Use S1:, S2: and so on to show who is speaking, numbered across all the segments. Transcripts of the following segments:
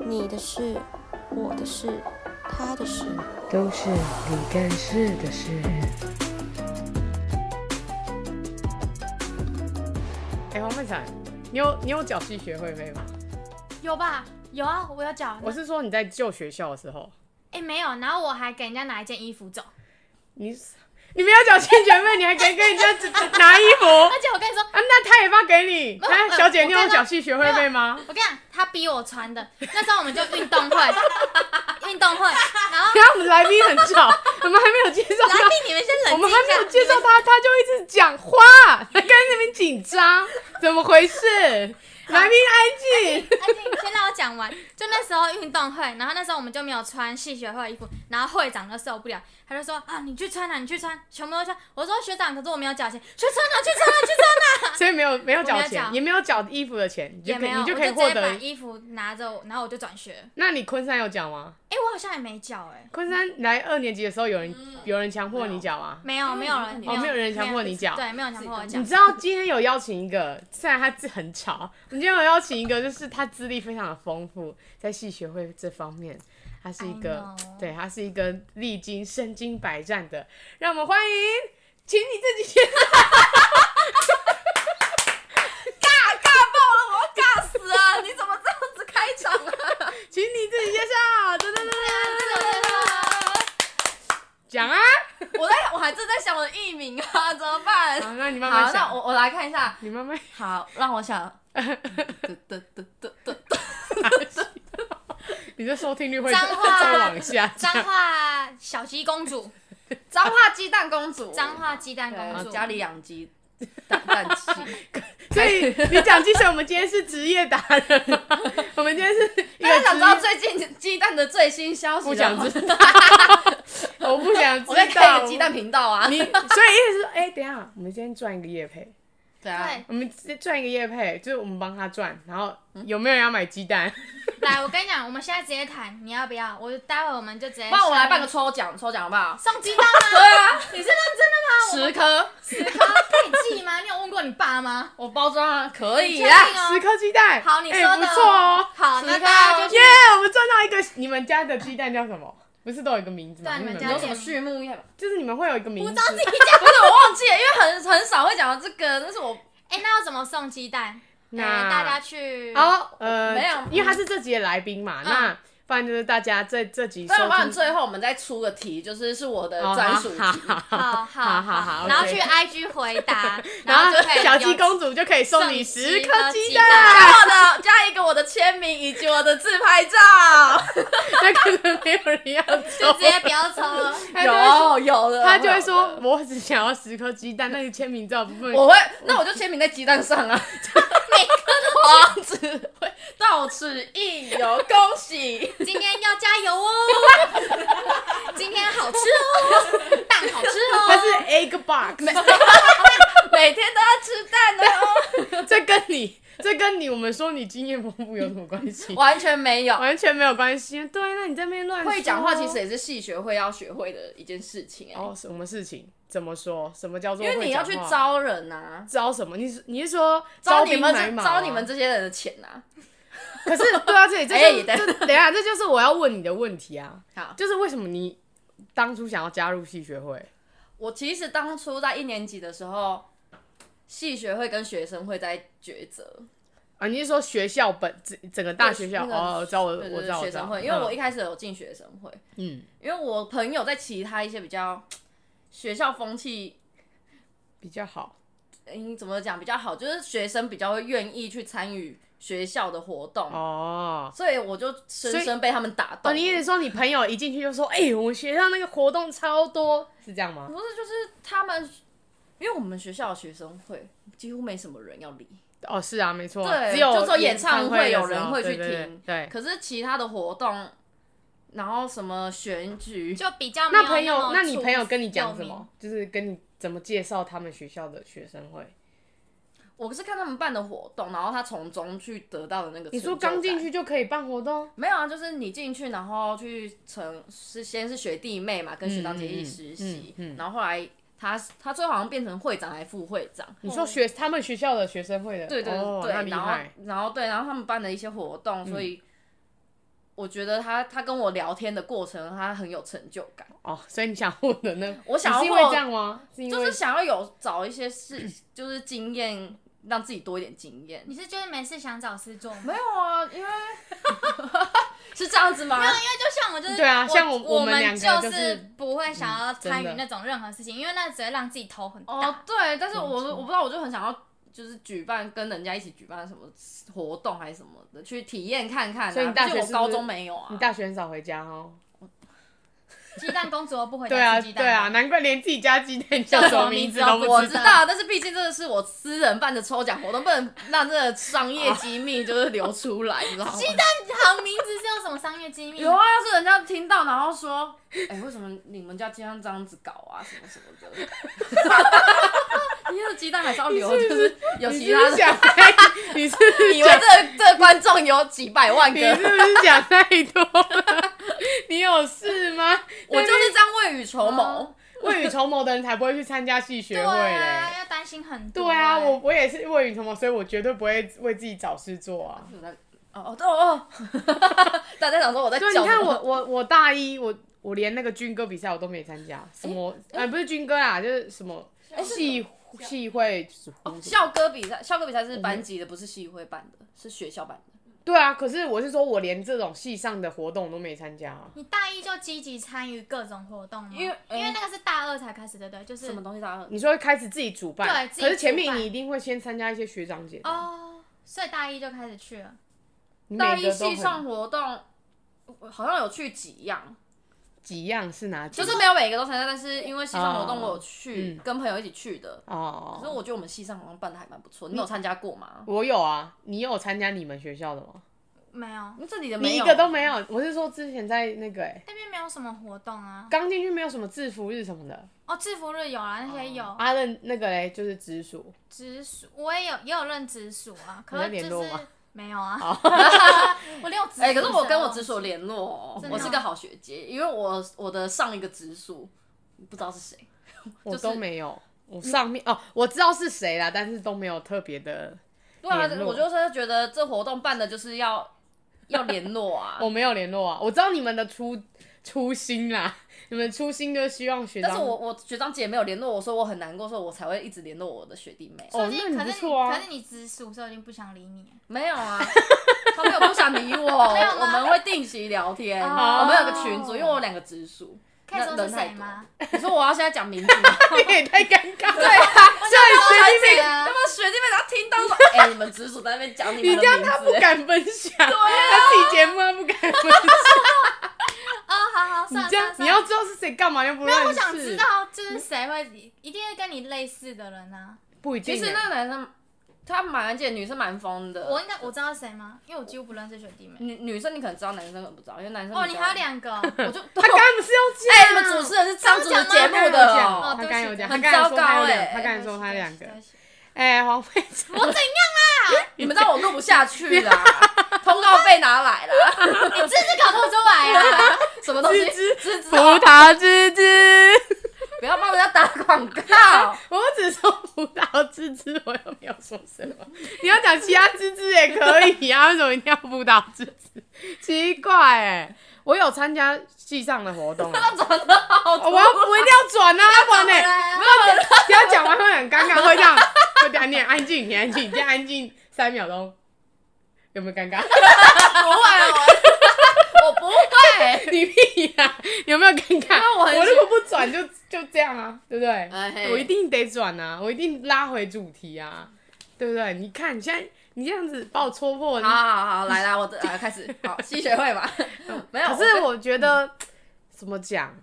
S1: 你的事、我的事、他的事。
S2: 都是李干事的事。哎，黄佩彩，你有你有缴系学会费吗？
S3: 有吧？有啊，我有缴。
S2: 我是说你在旧学校的时候，
S3: 哎、没有，然后我还给人家拿一件衣服走，
S2: 你你没有缴系学费，你还敢跟人家拿衣服
S3: 而且我跟你说，
S2: 啊？那他也发给你。
S3: 没有
S2: 哎，
S3: 呃
S2: 小姐，
S3: 我
S2: 你
S3: 跟
S2: 有
S3: 他
S2: 缴系学会费 吗？
S3: 我跟你讲，他逼我穿的。那时候我们就运 动会，运动会，然后
S2: 然后我们来宾很 吵，我们还没有介绍
S3: 来
S2: 他，
S3: 宾你们先 冷静一下，
S2: 我们还没有介绍
S3: 你们
S2: 他，他就一直讲话，跟那边紧张，怎么回 事？来宾安静。
S3: 安静，哎先让我讲完。就那时候运动会，然后那时候我们就没有穿系学会的衣服，然后会长就受不了，他就说啊，你去穿啊，你去穿，全部都穿。我说学长，可是我没有缴钱，去穿啊，去穿啊，去 穿啊，
S2: 所以没有没有缴
S3: 我没有
S2: 钱，
S3: 缴
S2: 也没有缴衣服的钱，你就
S3: 也
S2: 可以
S3: 没有，
S2: 你
S3: 我
S2: 就可以
S3: 直
S2: 获
S3: 接把
S2: 得。
S3: 衣服拿着，然后我就转学。
S2: 那你昆山有缴吗？
S3: 哎、我好像也没缴哎、
S2: 昆山来二年级的时候，有人有人强迫你缴吗？
S3: 嗯没有，没有人，
S2: 哦没有人强迫你讲
S3: 对，没有人强迫我
S2: 你
S3: 讲。
S2: 知道今天有邀请一个，虽然他字很吵，我们今天有邀请一个，就是他资历非常的丰富，在戏学会这方面，他是一个
S3: I，know
S2: 对他是一个历经身经百战的，让我们欢迎，请你自己 先
S4: 尬死啊！你怎么这样子开场啊？
S2: 请你自己介绍，噔噔噔噔，讲啊，
S4: 我在我还正在想我的艺名啊，怎么办？
S2: 好，那你慢慢
S4: 好，那
S2: 想，
S4: 我我来看一下。
S2: 你慢慢
S4: 好，让 我想。得得得得得得
S2: 你的收听率会
S3: 脏话
S2: 再往下降
S3: 脏。话小鸡公主，
S4: 脏话鸡蛋公主，
S3: 脏话鸡蛋公
S4: 对哦
S3: 主，
S4: 家里养 鸡蛋蛋鸡。
S2: 所以你讲鸡神，我们今天是职业达 人吗，我们今天是一
S4: 大家想知道
S2: 个职业。
S4: 最近鸡蛋的最新消息
S2: 不
S4: 了
S2: 想
S4: 吗
S2: 知道，我不想
S4: 我在
S2: 知
S4: 看一
S2: 道。
S4: 个鸡蛋频道啊。
S2: 你所以意思是说，哎、等一下，我们今天赚一个夜配，
S4: 对啊，
S3: 对，
S2: 我们直接赚一个夜配，就是我们帮他赚，然后有没有人要买鸡蛋？
S3: 来，我跟你讲，我们现在直接谈，你要不要？我待会我们就直接。
S4: 帮我来办个抽奖，抽奖好不好？
S3: 送鸡蛋吗？对啊，你是认真的吗？
S4: 十颗，
S3: 十颗可以寄吗？你有问过你爸吗？
S4: 我包装啊，可以
S3: 你确定
S4: 啊。
S3: 哦
S2: 十颗鸡蛋，
S3: 好，你
S2: 哎
S3: 说的
S2: 不错哦。
S3: 好，那
S4: 十颗
S3: 大家就去
S2: 耶、我们赚到一个，你们家的鸡蛋叫什么？不是都有一个名字吗？
S3: 对你们
S4: 你
S3: 家
S4: 有什么序幕要？
S2: 就是你们会有一个名
S3: 不
S2: 字
S3: 知，道自己
S4: 不是我忘记了，因为很很少会讲到这个，但是我
S3: 哎，那要怎么送鸡蛋？
S2: 那
S3: 哎大家去
S2: 哦，呃，
S4: 没有嗯
S2: 因为他是这集的来宾嘛，那不然就是大家这这集收
S4: 但我想
S2: 听。
S4: 最后我们再出个题，就是是我的
S2: 哦
S4: 专属题。
S2: 好好
S3: 好
S2: 好好好
S3: 然后
S2: OK
S3: 去 IG 回答，
S2: 然后
S3: 就可以
S2: 小
S3: 有
S2: 鸡公主就可以送你十颗鸡
S3: 送
S2: 蛋，
S4: 加我的加一个我的签名以及我的自拍照，
S2: 那可能没有人要
S3: 就
S2: 抽
S3: 直，接不要抽了。
S2: 他就会说
S4: 有的
S2: 他就会说，我只想要十颗鸡蛋，那个签名照不分。
S4: 我会，那我就签名在鸡蛋上 啊，
S3: 每个
S4: 王子会到此一游，恭喜！
S3: 今天要加 油哦！今天好吃哦，蛋好吃
S2: 他
S3: 哦。
S2: 是 egg box，
S4: 每天都要吃蛋的哦，
S2: 这跟你这跟你我们说你经验丰富有什么关系？
S4: 完全没有。
S2: 完全没有关系。对，那你在那边乱说
S4: 会讲话其实也是系学会要学会的一件事情哎、
S2: 哦，什么事情？怎么说？什么叫做
S4: 因为
S2: 会
S4: 你
S2: 讲
S4: 要
S2: 话
S4: 去招人啊，
S2: 招什么？你是你是说
S4: 招你
S2: 兵
S4: 们
S2: 买
S4: 这
S2: 马啊
S4: 招
S2: 吗
S4: 你们这些人的钱啊。
S2: 可是对啊， 这里
S4: 哎
S2: 这
S4: 也
S2: 就
S4: 对
S2: 这等一下，这就是我要问你的问题啊，
S4: 好，
S2: 就是为什么你当初想要加入戏学会？
S4: 我其实当初在一年级的时候，系学会跟学生会在抉择，
S2: 啊，你是说学校本整整个大学校？
S4: 对那个
S2: 哦，我知道我
S4: 对
S2: 我
S4: 对
S2: 知道
S4: 对，
S2: 我
S4: 学
S2: 知道
S4: 生会，因为我
S2: 嗯
S4: 一开始有进学生会，
S2: 嗯
S4: 因为我朋友在其他一些比较学校风气，
S2: 比较好，
S4: 嗯，怎么讲比较好，就是学生比较会愿意去参与学校的活动，
S2: 哦。
S4: 所以我就深
S2: 所
S4: 深被他们打
S2: 哦，
S4: 动了。
S2: 你意思说你朋友一进去就说，哎、我们学校那个活动超多，是这样吗？
S4: 不是就是他们，因为我们学校的学生会几乎没什么人要理，
S2: 哦，是啊，没错，
S4: 对
S2: 只有
S4: 就说
S2: 演
S4: 演唱
S2: 会
S4: 会有
S2: 的时
S4: 人
S2: 候
S4: 会
S2: 对
S4: 去
S2: 对
S4: 听
S2: 对。对
S4: 可是其他的活动，然后什么选举，
S3: 就比较没有
S2: 那朋友，
S3: 么
S2: 那你朋友
S3: 出
S2: 跟你讲什
S3: 有名
S2: 么？就是跟你怎么介绍他们学校的学生会？
S4: 我是看他们办的活动，然后他从中去得到的那个。
S2: 你说刚进？去就可以办活动？哦
S4: 没有啊，就是你进去，然后去成是先是学弟妹嘛，跟学长姐一起实习，
S2: 嗯嗯嗯嗯
S4: 然后后来他他最后好像变成会长还副会长，
S2: 你说学他们学校的学生会的？
S4: 对对对，
S2: 哦哦那厉
S4: 然后
S2: 害。
S4: 然后对，然后他们办的一些活动，所以我觉得他他跟我聊天的过程，他很有成就感，
S2: 哦，所以你想获得那？
S4: 我想要
S2: 你是因为
S4: 获
S2: 这样吗？是因为
S4: 就是想要有找一 些事，就是经验，让自己多一点经验。
S3: 你是就是没事想找事做吗？
S4: 没有啊，因为 是这样子吗？
S3: 因为就像我就是
S2: 对啊像我
S3: 我
S2: 我们两个
S3: 就
S2: 就是嗯
S3: 不会想要参与
S2: 真的
S3: 那种任何事情，因为那只会让自己头很大。
S4: 哦，对，但是我
S2: 没错
S4: 我不知道，我就很想要。就是举办跟人家一起举办什么活动还是什么的，去体验看看、啊。
S2: 所以你大学
S4: 毕竟
S2: 是
S4: 我
S2: 不是
S4: 高中没有啊。
S2: 你大学很少回家哦。
S3: 鸡蛋公主都不回
S2: 对
S3: 答
S2: 啊，
S3: 吃鸡
S2: 对
S3: 蛋。
S2: 啊，难怪连自己家鸡蛋叫什么名字都不
S4: 我知
S2: 知道。
S4: 道，但是毕竟这个是我私人办的抽奖活动，不能让这个商
S2: 哦
S4: 业机密就是流出来，你知道吗？
S3: 好名字是用什么商业机密？
S4: 有啊，要是人家听到然后说，哎、为什么你们家鸡蛋这样子搞啊，什么什么的。 你这个鸡蛋还是要留，就是有
S2: 你
S4: 其
S2: 是
S4: 他
S2: 不是
S4: 的。
S2: 想太，你是不是
S4: 以为
S2: 想
S4: 这个这个观众有几百万
S2: 你
S4: 个，
S2: 是不是想太多了？ 你有事吗？
S4: 我就是这样未雨绸缪
S3: 哦。
S2: 未雨绸缪的人才不会去参加戏学
S3: 对
S2: 会嘞。
S3: 啊，要担心很多
S2: 对
S3: 欸。
S2: 啊，我我也是未雨绸缪，所以我绝对不会为自己找事做啊。
S4: 哦哦哦， 哦大家想说我在
S2: 对，
S4: 叫
S2: 你看
S4: 什么
S2: 我我我大一我我连那个军歌比赛我都没参加，什 么呃不是军歌啦，就是什么戏戏会就是呼什么
S4: 校歌比赛，校歌比赛是班级的，不是系会办的，是学校办的。
S2: 对啊，可是我是说我连这种戏上的活动都没参加啊。
S3: 你大一就积极参与各种活动吗？
S4: 因为
S3: 因为
S4: 哎
S3: 那个是大二才开始，对不对？就是
S4: 什么东西大家
S2: 你说开始自己主办，
S3: 对自己
S2: 可是前面
S3: 主办
S2: 你一定会先参加一些学长姐的，
S3: 哦，所以大一就开始去了。
S2: 你每
S4: 大
S2: 个
S4: 一
S2: 都
S4: 系
S2: 很
S4: 上活动，我好像有去几样，
S2: 几样是哪几
S4: 就
S2: 样？
S4: 是没有每个都参加，但是因为系上活动
S2: 哦
S4: 我有去，
S2: 嗯
S4: 跟朋友一起去的。可是
S2: 哦，
S4: 我觉得我们系上好像办的还蛮不错，你有参加过吗？
S2: 我有啊，你有参加你们学校的吗？
S3: 没有，
S4: 那这里的
S2: 你
S4: 没
S2: 一
S4: 有，
S2: 个都没有，我是说之前在那个哎、
S3: 那边没有什么活动啊。
S2: 刚进去没有什么制服日什么的，
S3: 哦，制服日有啊，那些有。
S2: 阿任那个嘞就是直属，
S3: 直属，我也有也有认直属啊，可
S2: 在
S3: 是
S2: 联
S3: 就
S2: 络
S3: 是
S2: 吗
S3: 没有啊， 我连我直属
S4: 哦哎、可是我跟我
S3: 都
S4: 直属联络哦、
S3: 真的
S4: 我
S3: 哦
S4: 是个好学姐，因为我我的上一个直属不知道是谁，
S2: 我都没有。我上面哦，我知道是谁啦，但是都没有特别的，
S4: 对啊
S2: 联，络，
S4: 我就是觉得这活动办的就是要 要联络啊
S2: 我没有联络啊。我知道你们的初初心啦，你们初心就是希望学
S4: 但
S2: 长，
S4: 是我我学长姐没有联络我说我很难过，所以我才会一直联络我的学弟妹。
S2: 哦，那
S3: 已经
S2: 你
S3: 可
S2: 不
S3: 是
S2: 错啊
S3: 可。是你直属，所以我已经不想理你了。
S4: 没有啊， 他们有不想理我，
S3: 没有吗
S4: 我们会定期聊天。
S3: 哦
S4: 我们有个群组，因为我有两个直属，
S3: 可以
S4: 那
S3: 说
S4: 人
S3: 是
S4: 太
S3: 谁
S4: 多
S3: 吗？
S4: 你说我要现在讲名字 吗？
S2: 你也太尴尬了，对啊，
S3: 对
S2: 所以学弟妹，
S3: 啊
S4: 他，们学弟妹只要听到说， 哎、你们直属在那边讲你
S2: 你
S4: 们的
S2: 这样
S4: 名
S2: 他不
S4: 字、
S2: 敢分享，他自己节目他不敢分享，
S3: 哦，好好，
S2: 你
S3: 算了
S2: 这样你
S3: 算了，算
S2: 要
S3: 了。
S2: 知道是谁，干嘛又不
S3: 没有，
S2: 认
S3: 我
S2: 识？
S3: 想知道就是谁会，一定会跟你类似的人啊。
S2: 不一定
S4: 其
S2: 欸。
S4: 实那个男生，他蛮而且女生蛮疯
S2: 嗯
S4: 的。
S3: 我应该我知道谁吗？因为我几乎不认识学弟妹。
S4: 女女生你可能知道，男生可能不知道，因为男生
S3: 哦，你还有
S4: 两，
S3: 两个哦，
S4: 我就
S2: 他刚刚不是要讲？啊
S4: 哎、你们主持人是张主持节目的
S2: 他
S4: 哦、
S2: 刚刚有讲，他
S4: 很
S2: 刚才
S4: 糟
S2: 说
S4: 糕
S2: 他有
S4: 哎
S2: 两，他刚才说他
S3: 对不
S2: 两
S3: 起
S2: 个
S3: 对。不起对不起
S2: 哎，黄佩聪，
S3: 我怎样啊？
S4: 你们知道我录不下去啦，通告费拿来啦，
S3: 你真是搞不出 来啊！
S4: 什么东西？
S2: 芝
S4: 芝芝
S2: 葡萄芝芝，
S4: 不要帮人家打广告。
S2: 我只说葡萄芝芝，我又没有说什么。你要讲其他芝芝也可以啊，为什么一定要葡萄芝芝？奇怪哎、我有参加系上的活动、 啊，
S4: 转的好
S2: 我要我一定要转啊， 不然呢、
S3: 对啊
S2: 不要讲完会很尴尬，会这样，会这样，你很安静，你安静，你先安静三秒钟，有没有尴尬？
S4: 不
S2: 哦
S4: 会，我我不会。
S2: 你屁呀、有没有尴尬？
S4: 因为我很喜
S2: 如果不转就就这样啊，对不对？
S4: 哎嘿
S2: 我一定得转啊，我一定拉回主题啊，对不对？你看你现在你这样子把我戳破，
S4: 好好好，来啦，我的啊开始，好，吸血会吧。没有，
S2: 嗯
S4: 嗯
S2: 可是我觉得怎么讲，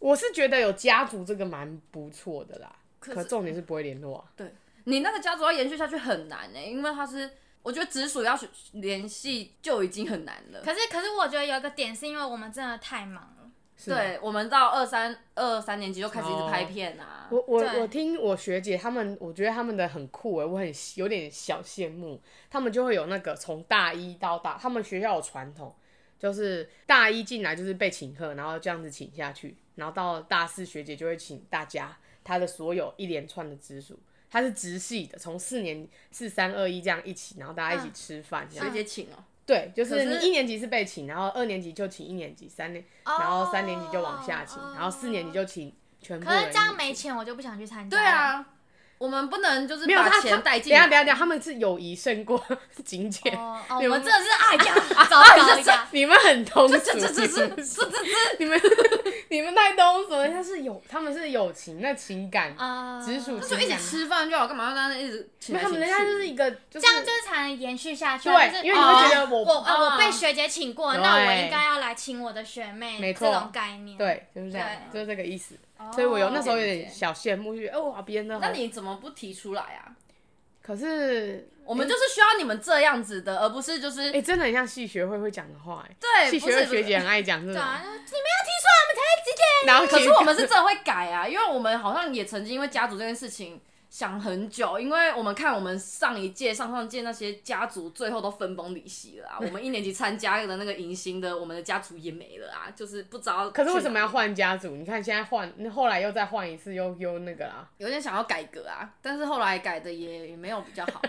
S2: 我是觉得有家族这个蛮不错的啦。
S4: 可
S2: 可
S4: 是
S2: 重点是不会联络啊，
S4: 对你那个家族要延续下去很难呢、欸因为它是，我觉得直属要学联系就已经很难了。
S2: 啊
S3: 可是可是我觉得有一个点是因为我们真的太忙了，
S2: 是吗。
S4: 对，我们到二三二三年级就开始一直
S2: 哦
S4: 拍片啊。
S2: 我我
S3: 对
S2: 我听我学姐她们，我觉得她们的很酷哎，我很有点小羡慕。她们就会有那个从大一到大，她们学校有传统，就是大一进来就是被请客，然后这样子请下去，然后到大四学姐就会请大家她的所有一连串的直属，
S3: 嗯
S2: 她是直系的，从四年四三二一这样一起，然后大家一起吃饭这样。
S4: 学姐请哦、
S2: 对，就是
S4: 可是
S2: 你一年级是被请，然后二年级就请一年级，三年，然后三年级就往下请，
S3: 哦
S2: 然后四年级就请全部
S3: 可
S2: 人一
S3: 是
S2: 起。
S3: 这样没钱，我就不想去参加。
S4: 对，啊，我们不能就是
S2: 没有
S4: 把
S2: 他
S4: 钱带进
S2: 等一
S4: 来。
S2: 下等一下等一下，他们是友谊胜过 金钱，
S3: 哦哦，
S2: 你
S3: 我
S2: 们啊
S3: 们真的是爱家，糟糕一下。
S2: 你们很通俗，
S4: 这这这这
S2: 你们
S4: 这这这，
S2: 你们 你们太通俗了，他是有他们是友情，那情感
S4: 哦
S3: 啊，
S2: 直属
S4: 就
S2: 情
S4: 一起
S2: 感，
S4: 吃饭就好，干嘛要在那一直请
S2: 哎没
S4: 来
S2: 有他们人
S4: 请去？
S2: 家就是一个就是
S3: 这样就是才能延续下去啊。
S2: 对
S3: 就是
S2: 因为你会觉得
S3: 哦
S2: 我嗯
S3: 我呃
S4: 哦
S3: 我被学姐请过，
S2: 对
S3: 那我应该要来请我的学妹，
S2: 没错
S3: 这种概念。，
S2: 对就是这样，
S3: 对
S2: 就是这个意思。
S3: 哦
S2: 所以我有那时候有
S4: 了
S2: 点
S4: 解
S2: 小羡慕，就觉得哦哇别人都好
S4: 那你怎么不提出来啊？
S2: 嗯可是
S4: 我们就是需要你们这样子的，而不是就是
S2: 哎、真的很像系学会会讲的话哎、
S4: 对
S2: 系
S4: 不
S2: 学
S4: 是
S2: 会
S4: 不
S2: 学
S4: 是
S2: 姐很爱讲这
S3: 对
S2: 种，
S3: 啊，你们要听说
S2: 然后
S4: 可
S2: 其
S4: 是
S2: 实
S4: 我们是真的会改啊，因为我们好像也曾经因为家族这件事情想很久，因为我们看我们上一届、上上届那些家族最后都分崩离 析了啊。我们一年级参加的那个迎新的，我们的家族也没了啊，就是不知道。
S2: 可是为什么要？换家族？你看现在换，后来又再换一次，又又那个啦。
S4: 有点想要改革啊，但是后来改的也也没有比较好。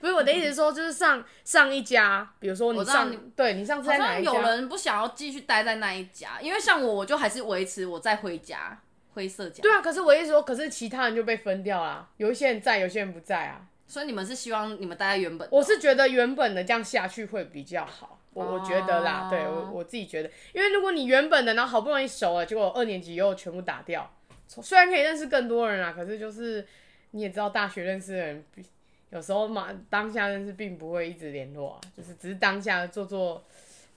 S2: 不是我的意思是说，就是上上一家，比如说你
S4: 我知道
S2: 上，
S4: 你
S2: 对你上次
S4: 好
S2: 在哪
S4: 像
S2: 一
S4: 有
S2: 家？
S4: 人不想要继续待在那一家，因为像我，我就还是维持我在灰家、灰色家。
S2: 对啊，可是我意思说，可是其他人就被分掉啦，有一些人在，有些人不在啊。
S4: 所以你们是希望你们待在原本的哦？
S2: 我是觉得原本的这样下去会比较好，我我觉得啦，
S4: 哦
S2: 对我我自己觉得，因为如果你原本的，然后好不容易熟了，结果二年级又全部打掉，虽然可以认识更多人啊，可是就是你也知道，大学认识的人比有时候嘛，当下认识并不会一直联络啊，就是只是当下做做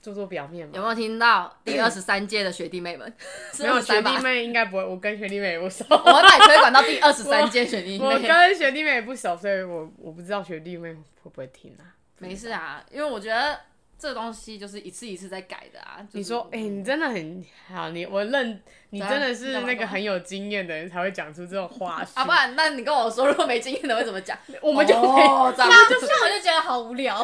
S2: 做做表面嘛
S4: 有。没有听到第二十三届的学弟 妹们？
S2: 没有学
S4: 23吧
S2: 弟，妹应该不会，我跟学弟妹也不熟，
S4: 我们把你推广到第二十三届学 弟
S2: 我
S4: 妹。
S2: 跟学弟妹也不熟，所以我我不知道学弟妹会不会听啊。
S4: 没事啊，因为我觉得这东西就是一次一次在改的啊。就是
S2: 你说，哎、你真的很好，你我认你
S4: 怎
S2: 真
S4: 样
S2: 的是那
S4: 你啊干
S2: 个
S4: 嘛
S2: 很有经验的人才会讲出这种话术，
S4: 啊，不然那你跟我说，如果没经验的会怎么讲？
S2: 我们就没有。
S4: 哦，这
S3: 他
S4: 样
S3: 们才是经验，那我就觉得好无聊。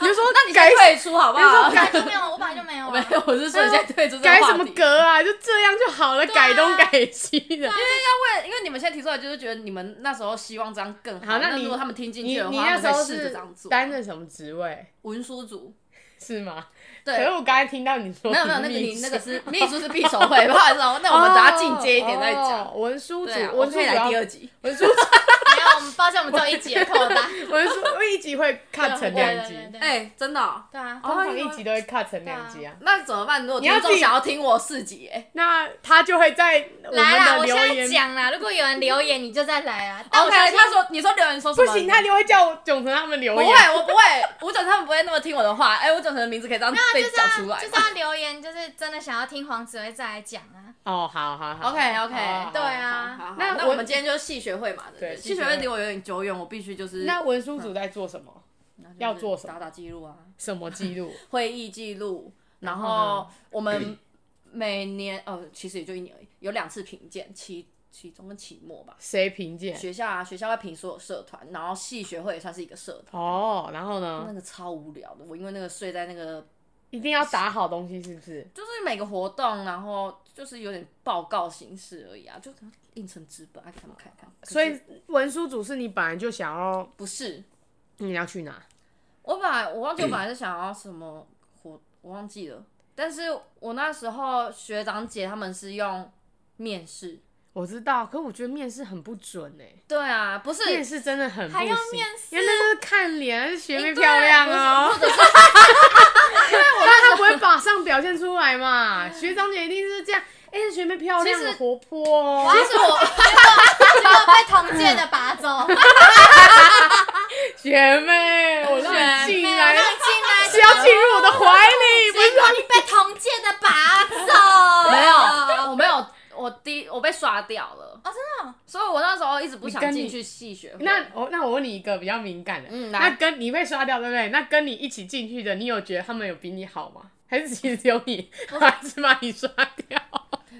S2: 你就说，
S4: 那你
S2: 改
S4: 先退出好不好
S3: 我？本来就没有，我本来就没有啊。
S4: 没有， 我是说你先退出这个
S2: 改
S4: 话
S2: 什
S4: 题啊
S2: 么格啊？就这样就好了，改东改西的。
S4: 因为要为，因为你们现在提出来，就是觉得你们那时候希望这样更好。
S2: 好那
S4: 那
S2: 你
S4: 如果他们听进
S2: 你
S4: 去的
S2: 你
S4: 话，
S2: 那时
S4: 他们再
S2: 候
S4: 试着
S2: 是
S4: 这样做。啊
S2: 担任什么职位？
S4: 文书组，
S2: 是吗？
S4: 对
S2: 可是，我刚才听到你说
S4: 没有没有，那个
S2: 是秘
S4: 你那个
S2: 书
S4: 是 秘书是必手会，不好意思哦，那我们等下进阶一点再
S2: 哦
S4: 讲。
S2: 哦文书组
S4: 对啊，，我
S2: 文
S4: 们
S2: 书
S4: 可
S2: 组
S4: 以来
S2: 要
S4: 第二集。
S2: 文书组
S3: 没有，我们抱歉，我们只有一集的扣 单。
S2: 文书我一集会 cut 成两集，
S3: 对对对对
S4: 哎，真的哦。
S3: 对啊，
S2: 通常一集都会 cut 成两集啊。
S4: 那怎么办？如果
S2: 你
S4: 听
S2: 要自
S4: 众
S2: 己
S4: 想要听我四集，哎，
S2: 那他就会在我
S3: 来
S2: 们
S3: 啦，
S2: 的
S3: 我
S2: 留
S3: 现在
S2: 言。哦
S3: 讲啦，如果有人留言，你就再来 啦。但我
S4: OK，
S3: 相信
S4: 他说你说留言说什
S2: 不
S4: 么？
S2: 行，他就会叫我囧成他们留
S4: 不
S2: 言。
S4: 会，我不会，吴总他们不会那么听我的话。哎，吴总成的名字可以这样被
S3: 啊就是
S4: 讲出
S3: 要
S4: 来
S3: 就
S4: 吗。
S3: 是要留言，就是真的想要听黄子薇再来讲啊。
S2: 哦，好好好
S4: OK OK，
S2: 好
S3: 对啊
S4: 好好好
S2: 那
S4: 那
S2: 我
S4: 我们今天就是戏学会嘛，对
S2: 对
S4: 不对，戏学
S2: 戏学
S4: 会
S2: 会
S4: 离我有点久远，我必须就是
S2: 那文书组在做什么？
S4: 那就是
S2: 要做什么嗯
S4: 打打记录啊，
S2: 什么记录？
S4: 会议记录，然
S2: 然后
S4: 后
S2: 呢
S4: 我们每年呃，其实也就一年而已，有两次评鉴，期期中跟期末吧。
S2: 谁评鉴？
S4: 学校啊，学校会评所有社团，然后系学会也算是一个社团。
S2: 哦，然后
S4: 那
S2: 呢？
S4: 个超无聊的，我因为那个睡在那个，
S2: 一定要打好东西，是不是？
S4: 就是每个活动，然后就是有点报告形式而已啊，就可能印成纸本啊，给他们看看。可是
S2: 所以文书组是你本来就想要，
S4: 不是，
S2: 你要去哪？
S4: 我本来我忘记我本来是想要什么活，我忘记了。但是我那时候学长姐他们是用面试，
S2: 我知道，可我觉得面试很不准哎、
S4: 对啊，不是
S2: 面试真的很不
S3: 还
S2: 行
S3: 要面，试
S2: 因为那是看脸，学妹
S4: 对
S2: 漂亮哦、
S4: 哎 不是不是
S2: 但他不会马上表现出来嘛。学长姐一定是这样，哎、学妹漂亮
S4: 其实
S2: 活泼哦、
S4: 其 实我
S3: 结果被同届的 拔走，
S2: 学妹，我让你进
S3: 没有
S2: 来
S3: 让，你进来，
S2: 是要进入我的怀里，不
S3: 结
S2: 是
S3: 果你被同届的拔走，
S4: 没有，我没有，我第我被刷掉了，
S3: 哦，真的哦，
S4: 所以我那时候一直不
S2: 你
S4: 想
S2: 跟你
S4: 进去戏学会。
S2: 那我那我问你一个比较敏感的，
S4: 嗯来
S2: 那跟你被刷掉对不对？那跟你一起进去的，你有觉得他们有比你好吗？还是其实只有你， 还是把你刷掉？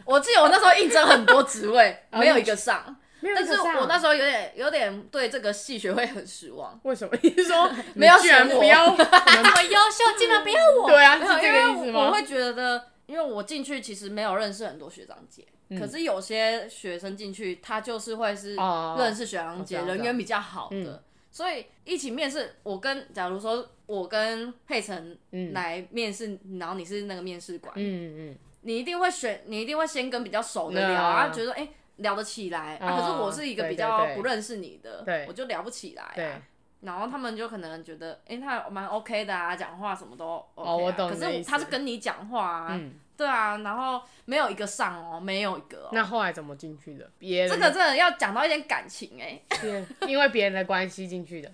S4: 我记得我那时候应征很多职 位，没有一个上。
S2: 哦没有
S4: 但
S2: 一
S4: 是
S2: 个上，
S4: 我那时候有点有点对这个戏学会很失望，
S2: 为什么？你是说
S4: 没有
S2: 你居然
S4: 选我
S2: 不要？我们
S3: 我优秀，竟然不要我，
S2: 对啊，
S4: 哦没有，
S2: 是这
S4: 因
S2: 个意
S4: 为
S2: 思
S4: 我我
S2: 吗？
S4: 会觉得，因为我进去其实没有认识很多学长姐，
S2: 嗯
S4: 可是有些学生进去，他就是会是
S2: 哦
S4: 认识学长姐，
S2: 我知道嗯
S4: 人缘比较好的，所以一起面试，我跟假如说我跟佩晨
S2: 嗯
S4: 来面试，然后你是那个面试官，
S2: 嗯嗯
S4: 你一定会选，你一定会先跟比较熟的
S2: 嗯
S4: 聊啊，觉得哎、聊得起来、啊。
S2: 哦
S4: 可是我是一个
S2: 对
S4: 比
S2: 对
S4: 较
S2: 对
S4: 不认识你的，
S2: 对
S4: 我就聊不起来、啊。
S2: 嗯，对，
S4: 然后他们就可能觉得，哎、他蛮 OK 的啊，讲话什么都 OK 啊、
S2: 哦我懂
S4: 可
S2: 你的
S4: 是
S2: 意思
S4: 他是跟你讲话啊、
S2: 嗯，
S4: 对啊，然后没有一个上哦，没有一个、哦。
S2: 那后来怎么进去的？别人
S4: 这个真的要讲到一点感情哎、
S2: 是因为别人的关系进去的，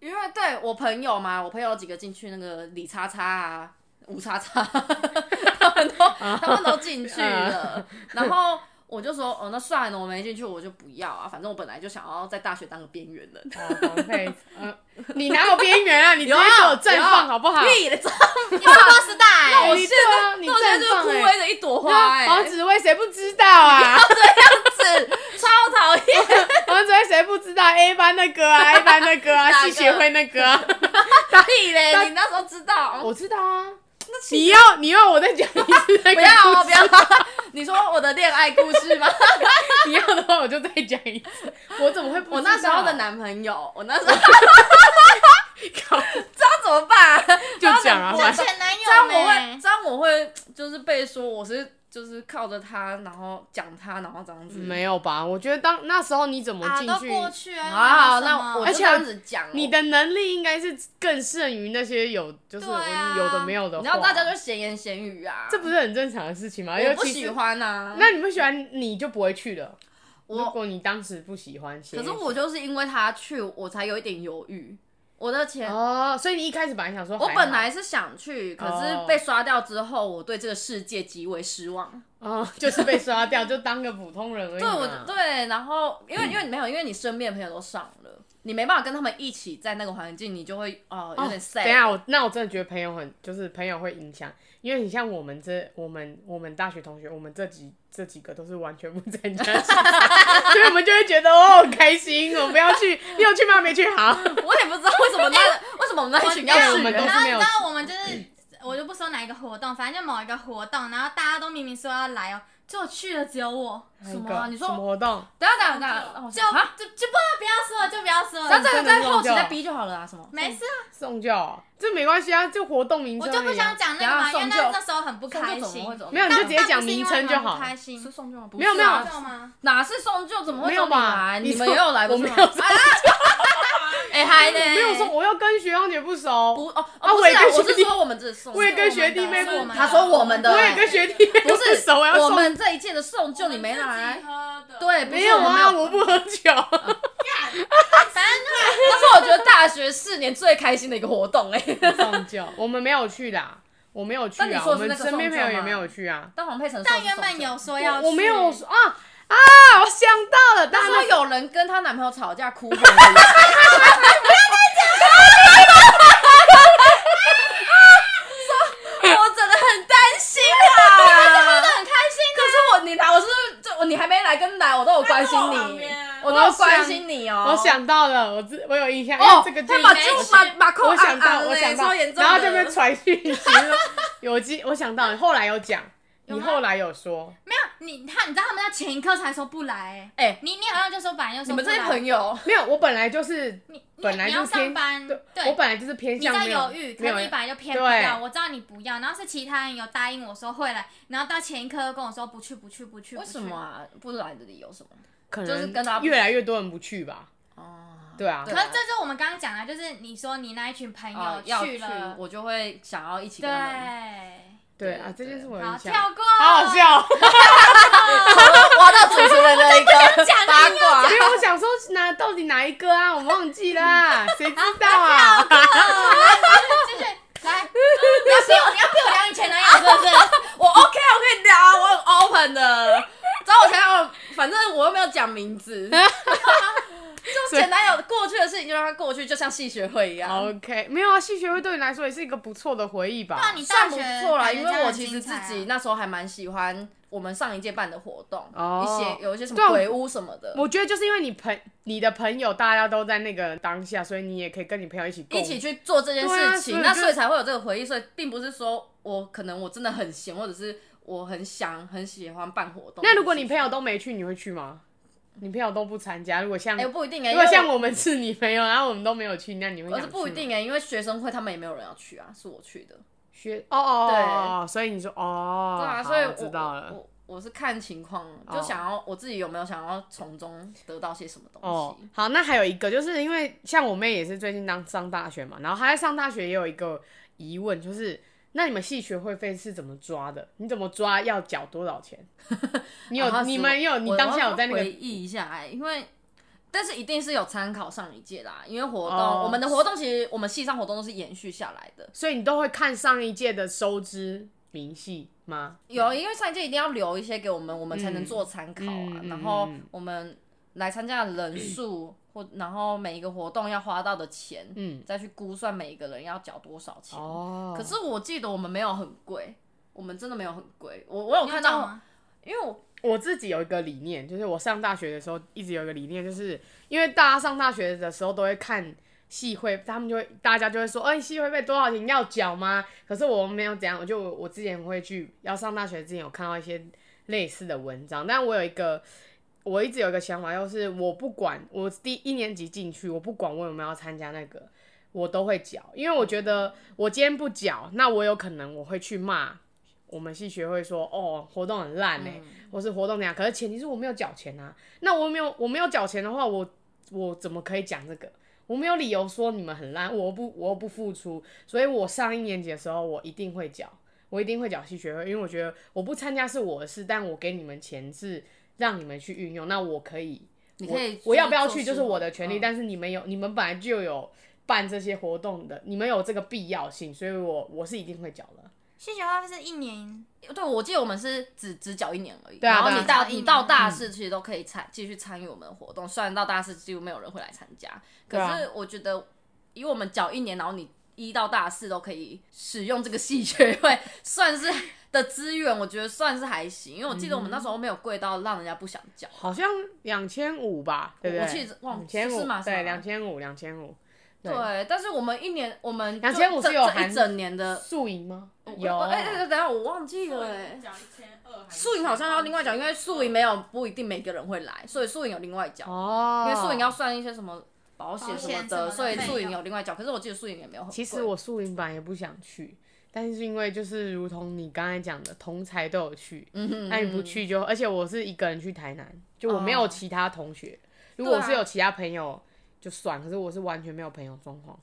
S4: 因为对我朋友嘛，我朋友有几个进去那个李叉叉啊、吴叉叉， 他们都
S2: 啊
S4: 他们都进去了，然后。我就说，哦，那算了，我没进去，我就不要啊。反正我本来就想要在大学当个边缘人。
S2: 哦，懂佩， 呃你哪有边缘啊？你直接给我绽放好不好？
S4: 屁的，
S3: 你不多时代、
S2: 我
S4: 现
S2: 现
S4: 在
S2: 在
S4: 我
S2: 你
S4: 啊现在就是
S2: 绽
S4: 枯
S2: 放欸
S4: 萎的一朵花、欸，
S2: 黄子薇谁不知道 啊？
S4: 是超讨厌。
S2: 黄子薇谁不知道 A 班那个啊，A 班那个啊，
S4: 哪个
S2: 戏学会那个 啊，
S4: 屁嘞，你那时候知道？
S2: 我知道啊。你要你要我再讲一次那个
S4: 不要哦，
S2: 故
S4: 不
S2: 事
S4: 要。你说我的恋爱故事吗？
S2: 你要的话我就再讲一次。我怎么会不知道？啊
S4: 我那时候 的男朋友，我那时候
S2: 搞
S4: 这样怎么办、啊？
S2: 就讲啊，
S3: 我
S2: 反正
S3: 前男
S4: 这样
S3: 友
S4: 我
S3: 呢
S4: 会，？这样我会就是被说我是就是靠着他，然后讲他，然后这样子。
S2: 没有吧？我觉得当那时候你怎么
S3: 啊，
S2: 进
S3: 都
S2: 去，
S3: 过去啊，
S4: 啊，
S3: 那有什
S4: 那
S3: 么
S4: 我
S2: 而
S4: 就
S2: 且
S4: 这样子讲哦、
S2: 你的能力应该是更胜于那些有就是
S3: 对啊
S2: 有的没有的
S4: 你
S2: 话。
S4: 知道大家就闲言闲语啊，
S2: 这不是很正常的事情吗？
S4: 我
S2: 尤
S4: 不
S2: 其是
S4: 喜。欢啊。
S2: 那你不喜欢你就不会去了。如
S4: 我
S2: 果你当时不喜欢，
S4: 可
S2: 可
S4: 是我就是因为他去，我才有一点犹豫。我的钱
S2: 哦，所以你一开始本来想说还
S4: 我
S2: 好，
S4: 本来是想去，可
S2: 哦
S4: 是被刷掉之后，我对这个世界极为失望。
S2: 哦，就是被刷掉，就当个普通人而已
S4: 对，
S2: 嘛。
S4: 我对，然后因为因为没有，因为你身边的朋友都上了，你没办法跟他们一起在那个环境，你就会哦有点 sad。
S2: 等一下，我那我真的觉得朋友很，就是朋友会影响，因为你像我们这，我们我们大学同学，我们这几这几个都是完全不参 加聚餐，所以我们就会觉得哦，很开心，我们不要去，你有去吗？没去，好，
S4: 我也不知道为什么那为什么我们那一群要
S2: 因为我
S4: 去
S2: 们都是
S4: 欸
S3: 然后
S2: 没
S3: 你
S2: 有
S3: 知道我们就是，我就不说哪一个活动，反正就某一个活动，然后大家都明明说要来哦，就去的只有我，
S4: 什么
S2: 那
S4: 啊
S2: 个
S4: 你说
S2: 什么活动？
S4: 等一下等一下等一下，让我
S3: 就
S4: 想啊，
S3: 就就不不要说了，就不要说
S4: 那
S3: 了
S2: 这，真
S4: 这个
S2: 的
S4: 在
S2: 弄
S4: 后期
S2: 掉
S4: 再逼就好了啊，什么？
S3: 没事啊，
S2: 送教啊，这没关系啊，就活动名
S3: 我
S2: 称而已
S3: 就
S2: 啊。
S3: 不想讲那个
S4: 等
S3: 嘛，
S4: 一下
S3: 因为
S4: 送
S3: 那
S4: 旧
S3: 那时候很不开
S4: 送旧怎么会
S3: 心。
S4: 怎么
S2: 没有，你
S3: 但
S2: 就直接
S3: 但不
S2: 讲
S3: 是
S2: 名
S3: 因为
S2: 称
S3: 你
S2: 就
S3: 们不
S2: 好。
S3: 开心，
S4: 是送旧吗？不
S2: 没有
S4: 是
S2: 没有
S4: 啊
S3: 知道吗？
S4: 哪是送旧？怎么会
S2: 没有
S4: 送你
S2: 吧
S4: 来？
S2: 你
S4: 你们
S2: 送
S4: 也有来
S2: 我
S4: 不是
S2: 没
S4: 吗
S2: 有？
S4: 哎还呢？
S2: 没有说我要跟学长姐不
S4: 不
S2: 熟，
S4: 哦
S2: 啊
S4: 哦，不
S2: 我
S4: 是
S2: 也
S4: 啊
S2: 跟，
S4: 我
S2: 学
S4: 是
S2: 弟
S4: 说我们这送，
S2: 我也跟学弟妹
S3: 是我
S2: 不
S3: 们，
S4: 他说我们的，
S2: 我也跟学弟妹
S4: 不是
S2: 熟，要
S4: 我
S2: 送
S4: 们这一届的送就你没
S3: 我们自
S4: 来
S3: 己，喝的，
S4: 对，不是
S2: 没有
S4: 们没
S2: 啊，
S4: 有。
S2: 我不喝酒。
S3: 反正就
S4: 但是我觉得大学四年最开心的一个活动哎、
S2: 送酒，我们没有去啦，我没有去
S4: 但你
S2: 啊，
S4: 说
S2: 我
S4: 的
S2: 们
S4: 是那个
S2: 身边朋友也
S4: 送酒吗
S2: 没有去啊。
S4: 但黄佩晨
S3: 但原本有说要去，
S2: 我没有说啊啊！我想到了，
S4: 他
S2: 大
S4: 说
S2: 家
S4: 有人跟她男朋友吵架 哭红我真的很担心啊，真的很开心、可是我你来，我是不是就我你还没来跟来，我都有关心
S3: 在我旁
S4: 你
S3: 边啊，
S4: 我都有关心你哦、
S2: 我想到了，我知我有印象，因为
S4: 哦，
S2: 这个
S4: 他
S2: 剧
S4: 把
S3: 没
S4: 就
S3: 事
S4: 把把扣
S2: 我想
S4: 按
S2: 到，
S4: 按
S2: 我
S4: 嘞
S2: 想到
S4: 超严，重
S2: 然后这边
S4: 的。
S2: 传讯息，说有记，我想 到，后来有讲，
S3: 有
S2: 你
S3: 吗
S2: 后来有说，
S3: 没有你他，你知道他们在前一刻才说不来，哎，
S4: 哎，
S3: 你你好像就说本来就
S4: 你
S3: 说不
S4: 们这
S3: 来，
S4: 些朋友，
S2: 没有，我本来就是
S3: 你你
S2: 本来
S3: 你
S2: 就
S3: 要
S2: 偏
S3: 上班，
S2: 对
S3: 对，
S2: 我本来就是偏
S3: 你
S2: 向
S3: 在
S2: 没有
S3: 犹豫，可
S2: 没有
S3: 是你本来就偏不
S2: 对
S3: 要。我知道你不要，然后是其他人有答应我说会来，然后到前一刻又跟我说不去不去不去。不
S4: 为
S3: 去
S4: 什么？啊？不来的理由什么？
S2: 可
S4: 就是
S2: 能
S4: 跟他不
S2: 越来越多人不去吧，
S4: 哦，
S2: 对啊
S3: 可，是这就是我们刚刚讲的，就是你说你那一群朋
S4: 啊
S3: 友
S4: 要
S3: 去了，
S4: 我就会想要一起
S3: 对
S4: 跟他们。，
S2: 对
S4: 对
S2: 啊，这
S4: 对
S2: 件事我有
S3: 好
S2: 印象，
S3: 跳过，
S2: 好好，笑。
S4: 挖到主持人的一个
S3: 讲
S4: 八卦
S2: 因。为我想说哪到底哪一个啊，我忘记 啦，谁知道啊？
S3: 继续来，你要逼我，你要逼我聊你前 男友
S4: 啊
S3: 是不是？
S4: 我 OK，我可以聊啊，我很 open 的。找我前男友，反正我又没有讲 名字。就前男友过去的事情，就让他过去，就像戏学会一样。
S2: OK，没有啊，戏学会对你来说也是一个不错的回忆吧？
S3: 那你大
S4: 算
S3: 学
S4: 不错啦，
S3: 感觉
S4: 因
S3: 这
S4: 为
S3: 样
S4: 我
S3: 很
S4: 其
S3: 精
S4: 实自
S3: 彩啊
S4: 己那时候还蛮喜欢我们上一届办的活动，
S2: 哦
S4: 一些有一些什
S2: 对
S4: 么
S2: 啊
S4: 鬼屋什么的，
S2: 我觉得就是因为你朋你的朋友大家都在那个当下，所以你也可以跟你朋友一起共
S4: 一起去做这件事情，
S2: 对啊所以
S4: 那
S2: 就
S4: 所以才会有这个回忆。所以并不是说我可能我真的很闲，或者是我很想很喜欢办活动。
S2: 那如果你朋友都没去，你会去吗？你朋友都不参加，如果像、
S4: 哎、不一定
S2: 如
S4: 哎、因
S2: 果
S4: 为
S2: 像我们是你朋友，然后我们都没有去，那你会
S4: 我
S2: 想
S4: 是
S2: 去
S4: 不一
S2: 吗
S4: 定哎、因为学生会他们也没有人要去啊，是我去的。
S2: 学哦哦哦，哦所以你说哦，
S4: 对啊，
S2: 好
S4: 所以我
S2: 知道了。哦
S4: 我我我是看情况，就想要我自己有没有想要从中得到些什么东西。
S2: 哦，好，那还有一个，就是因为像我妹也是最近刚上大学嘛，然后她在上大学也有一个疑问，就是那你们系学会费是怎么抓的？你怎么抓？要缴多少钱？ 你有、
S4: 然后
S2: 你
S4: 啊是
S2: 们
S4: 我
S2: 有你
S4: 我
S2: 当
S4: 要
S2: 下有在那
S4: 回
S2: 个
S4: 忆一下哎、因为但是一定是有参考上一届啦，因为活动、
S2: 哦
S4: 我们的活动其实我们系上活动都是延续下来的。
S2: 所以你都会看上一届的收支明细吗？
S4: 有，因为上一届一定要留一些给我们，我们才能
S2: 嗯
S4: 做参考啊。
S2: 嗯嗯
S4: 然后
S2: 嗯
S4: 我们来参加的人数或然后每一个活动要花到的钱，
S2: 嗯，
S4: 再去估算每一个人要缴多少钱。
S2: 哦，
S4: 可是我记得我们没有很贵，我们真的没有很贵。我我有看到，
S3: 吗？
S4: 因为我
S2: 我自己有一个理念，就是我上大学的时候一直有一个理念，就是因为大家上大学的时候都会看系会，他们就会大家就会说，哎、系会费多少钱要缴吗？可是我没有怎样，我就我我之前会去要上大学之前有看到一些类似的文章，但我有一个。我一直有一个想法，就是我不管我第一年级进去，我不管我有没有要参加那个，我都会缴，因为我觉得我今天不缴，那我有可能我会去骂我们系学会说，哦，活动很烂呢、
S4: 嗯
S2: 或是活动那样。可是前提是我没有缴钱啊，那我没有我没有缴钱的话，我我怎么可以讲这个？我没有理由说你们很烂，我又不我又不付出，所以我上一年级的时候我一定会缴，我一定会缴系学会，因为我觉得我不参加是我的事，但我给你们钱是让你们去运用，那我可以
S4: 你可以
S2: 我我要不要
S4: 做
S2: 去
S4: 事
S2: 就是
S4: 后
S2: 我的权利，
S4: 嗯
S2: 但是你们有，你们本来就有办这些活动的，你们有这个必要性，所以我我是一定会缴的。
S3: 系学会是一年，
S4: 对我记得我们是只只缴一年而已。
S2: 对啊
S4: 然后
S2: 对啊
S4: 你到
S3: 嗯
S4: 你到大四其实都可以参继续参与我们的活动，虽然到大四几乎没有人会来参加，可
S2: 对啊
S4: 是我觉得以我们缴一年，然后你一到大四都可以使用这个系学会， 算是的资源，我觉得算是还行，因为我记得我们那
S2: 嗯
S4: 时候没有贵到让人家不想缴。
S2: 好像两千五吧，对不对？
S4: 我记得忘
S2: 两千
S4: 是
S2: 五
S4: 吗，是吗
S2: 对，两千五，两千五。对
S4: 对，但是我们一年我们就
S2: 2500
S4: 这
S2: 是有
S4: 这
S2: 含哦
S4: 一整年的
S2: 宿营吗？有，
S4: 哎、哎哎等一下我忘记了哎、
S5: 讲一千二，
S4: 宿营好像要另外讲，因为宿营没有不一定每个人会来，所以宿营有另外讲，
S2: 哦，
S4: 因为宿营要算一些什么保险什么的，
S3: 保险什么的
S4: 所以
S3: 费用
S4: 宿营有另外讲。可是我记得宿营也没有很贵。
S2: 其实我宿营版也不想去，但是因为就是如同你刚才讲的，同才都有去，
S4: 嗯哼，嗯哼
S2: 那、你不，去就，而且我是一个人去台南，就我没有
S4: 哦
S2: 其他同学。如果
S4: 对啊
S2: 是有其他朋友就
S4: 啊
S2: 算，可是我是完全没有朋友状况。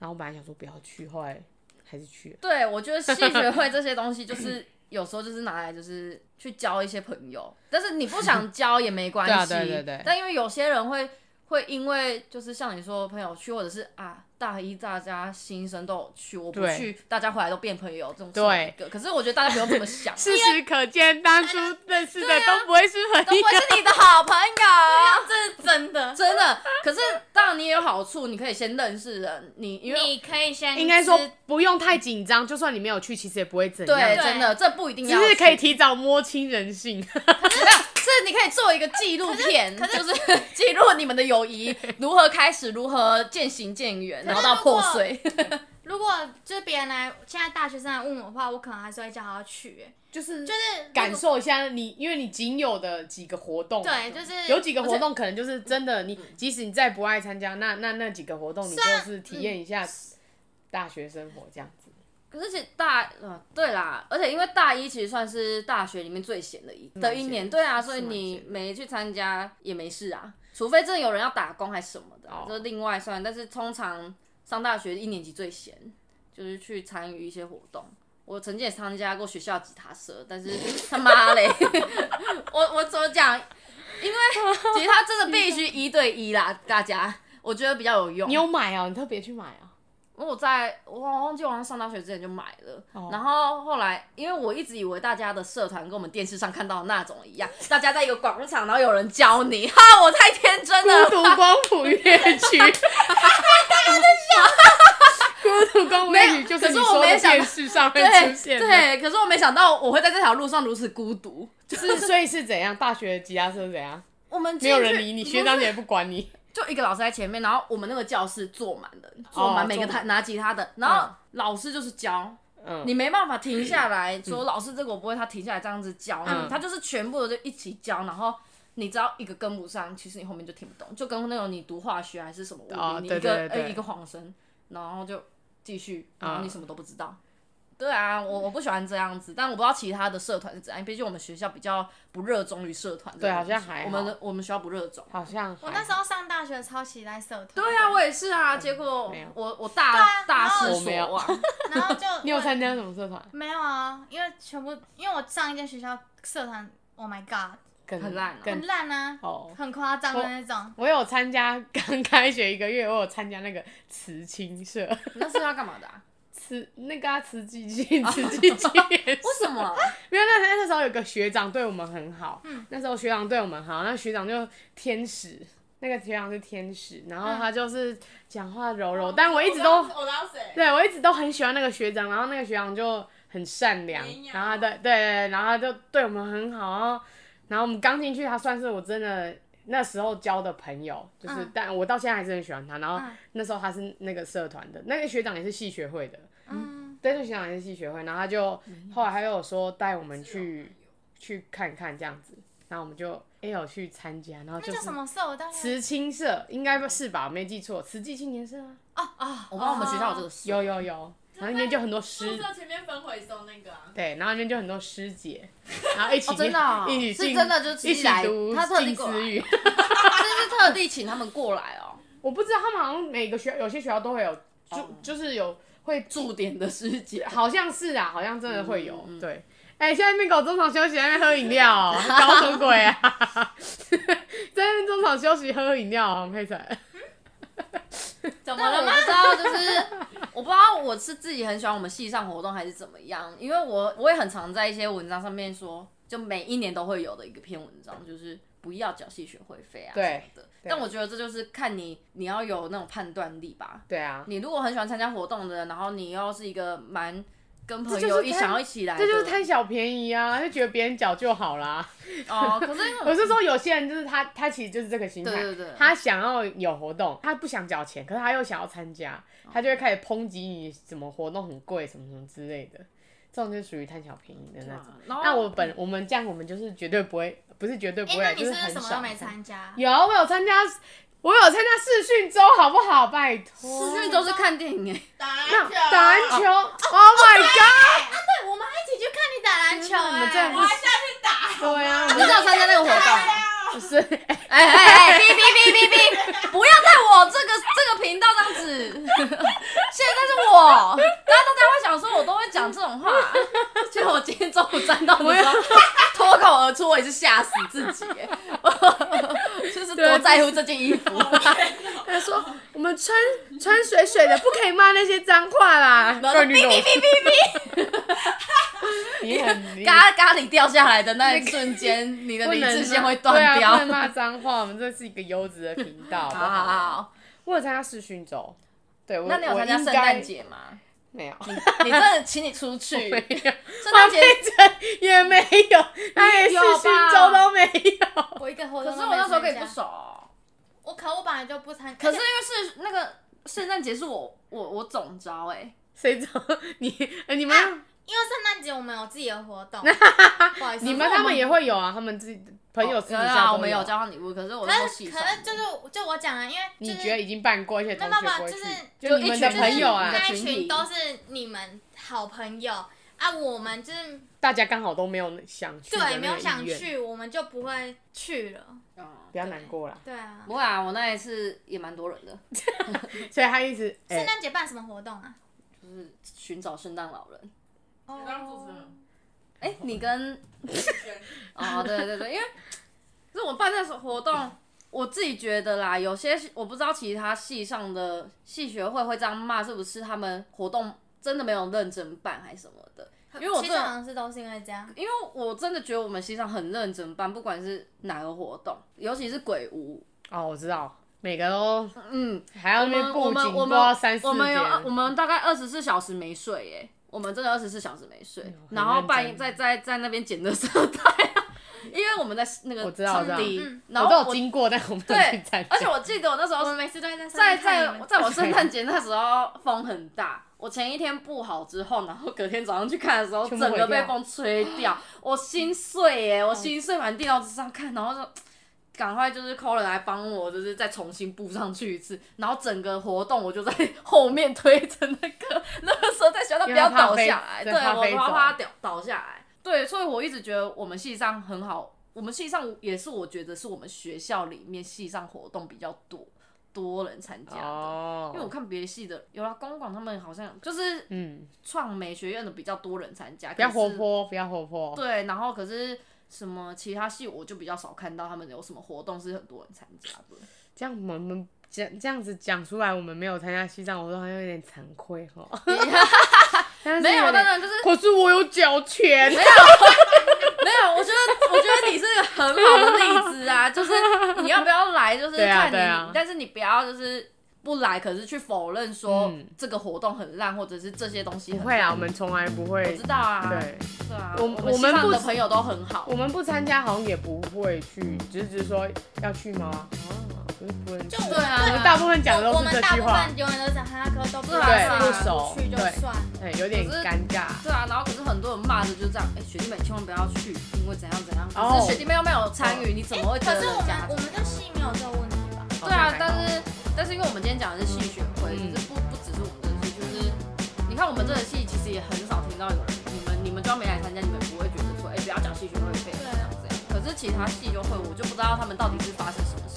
S2: 然后我本来想说不要去，后来还是去了。
S4: 对我觉得系学会这些东西就是有时候就是拿来就是去交一些朋友，但是你不想交也没关系。
S2: 对啊对对对
S4: 但因为有些人会会因为就是像你说的朋友去，或者是啊大一大家新生都有去，我不
S2: 对
S4: 去，大家回来都变朋友，这种是
S2: 对
S4: 一个。可是我觉得大家不用这 么想，
S2: 事实可见，当初认识的都不会是
S4: 啊都
S2: 朋
S4: 不会
S2: 友。
S4: 是你的好朋友，
S3: 这是真的。
S4: 真的。可是当然你也有好处，你可以先认识人，你因为。
S3: 你可以先
S2: 应该说
S3: 知
S2: 不用太紧张，就算你没有去，其实也不会怎样。
S4: 对，
S3: 对
S4: 真的，这不一定
S2: 只
S4: 要
S2: 是
S4: 去，
S2: 可以提早摸清人性。
S4: 是你可以做一个纪录片，就是 记录你们的友谊如何开始，如何渐行渐远，然后到破碎。
S3: 如果就是别人来，现在大学生来问我的话，我可能还是会叫他去、欸
S2: 就是
S3: 就是如果
S2: 感受一下你，因为你仅有的几个活动，
S3: 对，就是
S2: 有几个活动可能就是真的，你即使你再不爱参加，那那那几个活动你就是体验一下大学生活这样子。
S4: 可是其实大，呃，对啦，而且因为大一其实算是大学里面最闲的一的一年，对啊，所以
S2: 嗯是蛮
S4: 你
S2: 闲的
S4: 没去参加也没事啊，除非真的有人要打工还是什么的啊
S2: 哦，
S4: 这、是另外算。但是通常上大学一年级最闲，就是去参与一些活动。我曾经也参加过学校吉他社，但是他妈嘞， 我我怎么讲？因为吉他真的必须一对一啦，大家，我觉得比较有用。
S2: 你有买啊？你特别去买啊？
S4: 因为我在我忘记我好像上大学之前就买了，
S2: 哦
S4: 然后后来因为我一直以为大家的社团跟我们电视上看到的那种一样，大家在一个广场，然后有人教你，哈，我太天真
S2: 孤
S4: 了。
S2: 独光谱乐曲，孤独光谱乐曲就是你说的电视上会出
S4: 对
S2: 现的。
S4: 对，可是我没想到我会在这条路上如此孤独。
S2: 是所以是怎样？大学吉他社是怎样？
S4: 我们
S2: 没有人理你，学长姐也不管你。
S4: 就一个老师在前面，然后我们那个教室坐满人，坐满每个
S2: 哦坐
S4: 弹拿吉他的，然后老师就是教。
S2: 嗯
S4: 你没办法停下来说老师这个我不会，他停下来这样子教你，
S2: 嗯
S4: 他就是全部的就一起教，然后你只要一个跟不上，其实你后面就听不懂，就跟那种你读化学还是什么物理，
S2: 哦
S4: 你一
S2: 对
S4: 个
S2: 对对
S4: 哎一个晃神，然后就继续，
S2: 啊
S4: 然后你什么都不知道。对啊，我我不喜欢这样子，但我不知道其他的社团是怎样，毕竟我们学校比较不热衷于社团这
S2: 对
S4: 个东西。
S2: 好像还好
S4: 我们的我们学校不热衷。
S2: 好像
S3: 我那时
S2: 候
S3: 候上大学超期待社团，
S4: 对啊，我也是啊，结果
S2: 没有
S4: 我我大、
S3: 啊
S4: 大
S3: 然后
S4: 失
S2: 我没有
S4: 所望。
S3: 然 后就
S2: 你有
S3: 我
S2: 参加什么社团？
S3: 没有啊？因为全部因为我上一间学校社团，Oh my God，
S2: 更
S4: 很烂啊
S2: 更
S3: 很烂啊，
S2: 哦。
S3: 很夸张的那种。
S2: 我有参加，刚开学一个月，我有参加那个慈青社，
S4: 你那是要干嘛的、啊？
S2: 慈那个啊慈济金，慈济金也是
S4: 为什么？
S2: 没有，那那那时候有个学长对我们很好，那时候学长对我们好，那学长就天使，那个学长是天使，然后他就是讲话柔
S3: 哦
S2: 柔，但我一直都
S4: 我当谁？
S2: 对我一直都很喜欢那个学长，然后那个学长就很善良
S4: 绵，羊
S2: 然后他对对对，然后他就对我们很好，然后然后我们刚进去，他算是我真的那时候交的朋友，就是、
S3: 嗯
S2: 但我到现在还是很喜欢他，然后
S3: 嗯
S2: 那时候他是那个社团的，那个学长也是系学会的，
S3: 嗯，
S2: 对，就学长也是系学会，然后他就后来还有说带我们去
S3: 哦
S2: 去看看这样子，然后我们就也有去参加，然后
S3: 那
S2: 就
S3: 叫
S2: 是
S3: 什么社？我当时
S2: 慈青社应该是吧，我没记错，慈济青年社啊，
S3: 哦哦，
S4: 我不知道我们学哦校有这个事。
S2: 有有有，然后里面就很多师，
S4: 前面分回收那个、啊。
S2: 对，然后里面就很多师姐，然后一起、
S4: 哦真的哦
S2: 一起
S4: 是
S2: 进
S4: 真的就是
S2: 一起
S4: 来
S2: 读
S4: 他特地
S2: 近
S4: 过来
S2: 思语，
S4: 这啊是特地请他们过来 哦，
S2: 我不知道他们好像每个学有些学校都会有，就、
S4: 哦
S2: 就是有会
S4: 驻点的师姐。
S2: 好像是啊，好像真的会有。
S4: 嗯
S2: 对，哎、现在那边给我中场休息，在那边喝饮料、哦，搞什么鬼啊？ 在那边中场休息喝饮料、哦，黄佩彩。
S4: 怎么了我不知道，就是 我不知道我是自己很喜欢我们系上活动还是怎么样，因为我我也很常在一些文章上面说，就每一年都会有的一个篇文章，就是不要缴系学会费啊
S2: 对
S4: 什么的。
S2: 对
S4: 但我觉得这就是看你你要有那种判断力吧。
S2: 对啊，
S4: 你如果很喜欢参加活动的人，然后你又是一个蛮跟朋
S2: 这就是
S4: 友一
S2: 贪
S4: 想要一起来的，
S2: 这就是贪小便宜啊，就觉得别人缴就好啦。
S4: 哦。可是因为
S2: 我是说，有些人就是他，他其实就是这个心态，
S4: 对对对
S2: 他想要有活动，他不想缴钱，可是他又想要参加，他就会开始抨击你什么活动很贵，什么什么之类的。这种就属于贪小便宜的那种。
S4: 然后
S2: 那我本我们这样，我们就是绝对不会，不是绝对不
S3: 哎，
S2: 会，
S3: 那你
S2: 就是是
S3: 不是
S2: 很
S3: 什么
S2: 少
S3: 都没
S2: 参加
S3: 参加？
S2: 有，我有参加，我有参加视讯周，好不好？拜托，
S4: 视讯都是看 电影哎，
S2: 那打篮球，Oh my god！
S3: 哎啊对，我们还一起去看你打篮球
S2: 你们
S3: 哎
S2: 真的不行，对啊，我
S4: 你是
S2: 们
S4: 有参加那个活动？
S2: 不是，
S4: 哎哎哎，哔哔哔哔哔，不要在我这个这个频道这样子。现在是我，大家都在会想说，我都会讲这种话。结果我今天中午站到你说脱口而出，我也是吓死自己耶， 就是
S2: 啊
S4: 多在乎这件衣服。
S2: 他说我们穿穿水水的，不可以骂那些脏话啦。
S4: 然后
S2: 哔哔哔哔哔，你很厉害
S4: 咖咖喱掉下来的那一瞬间， 你的
S2: 不
S4: 理
S2: 能
S4: 智线
S2: 骂
S4: 会断
S2: 对啊
S4: 掉
S2: 不。能骂脏话，我们这是一个优质的频道。好
S4: 好好，好，
S2: 我有参加视讯周，对，我
S4: 那你有参加
S2: 我应
S4: 圣
S2: 该
S4: 诞节吗？
S2: 没有？
S4: 你真的，请你出去。
S2: 没有黄
S4: 圣诞节
S2: 佩珍也没有，他也是新周都没有。
S3: 我一个活
S4: 可
S3: 动
S4: 是
S3: 都
S4: 我
S3: 没
S4: 那时候跟你
S3: 参
S4: 不
S3: 加，
S4: 熟、
S3: 我可我本来就不参，
S4: 可是因为是那个圣诞节是我我我总招哎、
S2: 谁知道你呃你们、
S3: 因为圣诞节我们有自己的 活动，不好意思，
S2: 你们他们也会有啊，他们自己朋友私底
S4: 有
S2: 下
S4: 啊，
S2: 都
S4: 我们
S2: 有
S4: 有交换礼物，可是我
S3: 可
S4: 那时候
S3: 是
S4: 系
S3: 可
S4: 上
S3: 是就是就我讲啊，因为
S2: 哦你
S3: 就是
S2: 觉得已经办过，而且同学
S3: 没有
S2: 不会
S3: 没有
S2: 去，
S3: 就是
S2: 就你们的
S3: 就是
S2: 朋友啊，
S3: 那一
S4: 群体
S3: 群都是你们好朋友啊，我们就是
S2: 大家刚好都没有想去，
S3: 对没有想，去，我们就不会去了，
S4: 嗯
S2: 不要难过啦。
S3: 对啊
S4: 不。会啊，我那一次也蛮多人的，
S2: 所以他一直哎、
S3: 圣诞节办什么活动啊？
S4: 就是寻找圣诞老人。
S3: 哦，
S4: 哎、你跟哦，对对对，因为就是我办那种活动，我自己觉得啦，有些我不知道其他系上的系学会会这样骂，是不是他们活动真的没有认真办还是什么的？因为我
S3: 其
S4: 真
S3: 实
S4: 的
S3: 好像是都是因为这样，
S4: 因为我真的觉得我们系上很认真办，不管是哪个活动，尤其是鬼屋，
S2: 哦，我知道，每个都
S4: 嗯，
S2: 还要
S4: 我
S2: 那边
S4: 们我
S2: 布
S4: 们
S2: 景，
S4: 我
S2: 都
S4: 们
S2: 要三四
S4: 我们
S2: 点
S4: 有，我们大概二十四小时没睡耶、我们真的二十四小时没睡，
S2: 哎很
S4: 然后
S2: 认
S4: 半
S2: 真
S4: 夜在在在那边捡垃圾袋，啊因为我们在那个
S2: 我知道我知道
S4: 场地，
S3: 嗯
S4: 然
S2: 我
S4: 后
S2: 都有
S4: 我
S2: 经过，但我没有去
S4: 对
S2: 参加，，
S4: 而且我记得我那时候
S3: 我们每次都会在上
S4: 在
S3: 面看你
S4: 在
S3: 们
S4: 在我圣诞节那时候风很大，我前一天布好之后，然后隔天早上去看的时候，
S2: 全
S4: 整
S2: 部毁掉
S4: 个被风吹掉，我心碎耶，我心碎满地，然后只上看，然后就赶快就是 c a l l 来帮我，就是再重新布上去一次。然后整个活动我就在 后面推着那个垃圾在学校，不
S2: 因为他
S4: 要
S2: 怕
S4: 倒
S2: 飞
S4: 下来，
S2: 对
S4: 对
S2: 怕
S4: 我
S2: 飞
S4: 怕
S2: 走
S4: 怕掉倒下来。对，所以我一直觉得我们系上很好，我们系上也是我觉得是我们学校里面系上活动比较多，多人参加的。
S2: 哦，
S4: 因为我看别的系的，有啦，公馆他们好像就是
S2: 嗯，
S4: 创美学院的比较多人参加，
S2: 比较
S4: 可
S2: 活
S4: 是
S2: 泼，比较活泼。
S4: 对，然后可是什么其他系我就比较少看到他们有什么活动是很多人参加的。
S2: 这样我们讲这样子讲出来，我们没有参加西藏活动，好像有点惭愧哈。但是
S4: 没有，
S2: 点
S4: 当然就是
S2: 可是我有缴钱，
S4: 没有。我觉得，我觉得你是个很好的例子啊，就是你要不要来，就是
S2: 对啊
S4: 看你，
S2: 对啊
S4: 但是你不要就是不来，可是去否认说
S2: 嗯
S4: 这个活动很烂，或者是这些东西
S2: 不
S4: 很
S2: 会
S4: 烂。
S2: 啊，我们从来不会
S4: 我知。道啊，
S2: 对，
S4: 对啊，
S2: 我
S4: 我
S2: 我
S4: 系
S2: 们
S4: 上
S2: 不
S4: 的朋友都很好
S2: 我。们不参加好像也不会去，只是只是说要去吗？哦，不是不能去。
S4: 对啊，
S2: 我们大部分讲的
S3: 我
S2: 都是
S3: 们
S2: 这
S3: 大
S2: 句
S3: 部
S2: 话，
S3: 分永远都是讲哈科都不
S4: 对
S3: 认识
S4: 不
S2: 熟
S3: 不去就
S2: 对
S3: 算了。
S2: 对，哎有点
S4: 可是
S2: 尴尬。
S4: 对啊，然后可是很多人骂的就是这样，哎、学弟妹千万不要去，因为怎样怎样。
S2: 哦
S4: 可是学弟妹又没有参与，你怎么会觉
S3: 哎可
S4: 得
S3: 是我们
S4: 人家
S3: 我们的戏没有这个问题吧？
S4: 对啊，
S2: 好像还好
S4: 但是但是因为我们今天讲的是戏学会，
S2: 嗯
S4: 就是不不只是我们这个戏，就是你看我们这个戏其实也很少听到有人，你们你们就算没来参加，你们不会觉得说，哎、不要讲戏学会费
S3: 对
S4: 这样这样。可是其他戏就会，我就不知道他们到底是发生什么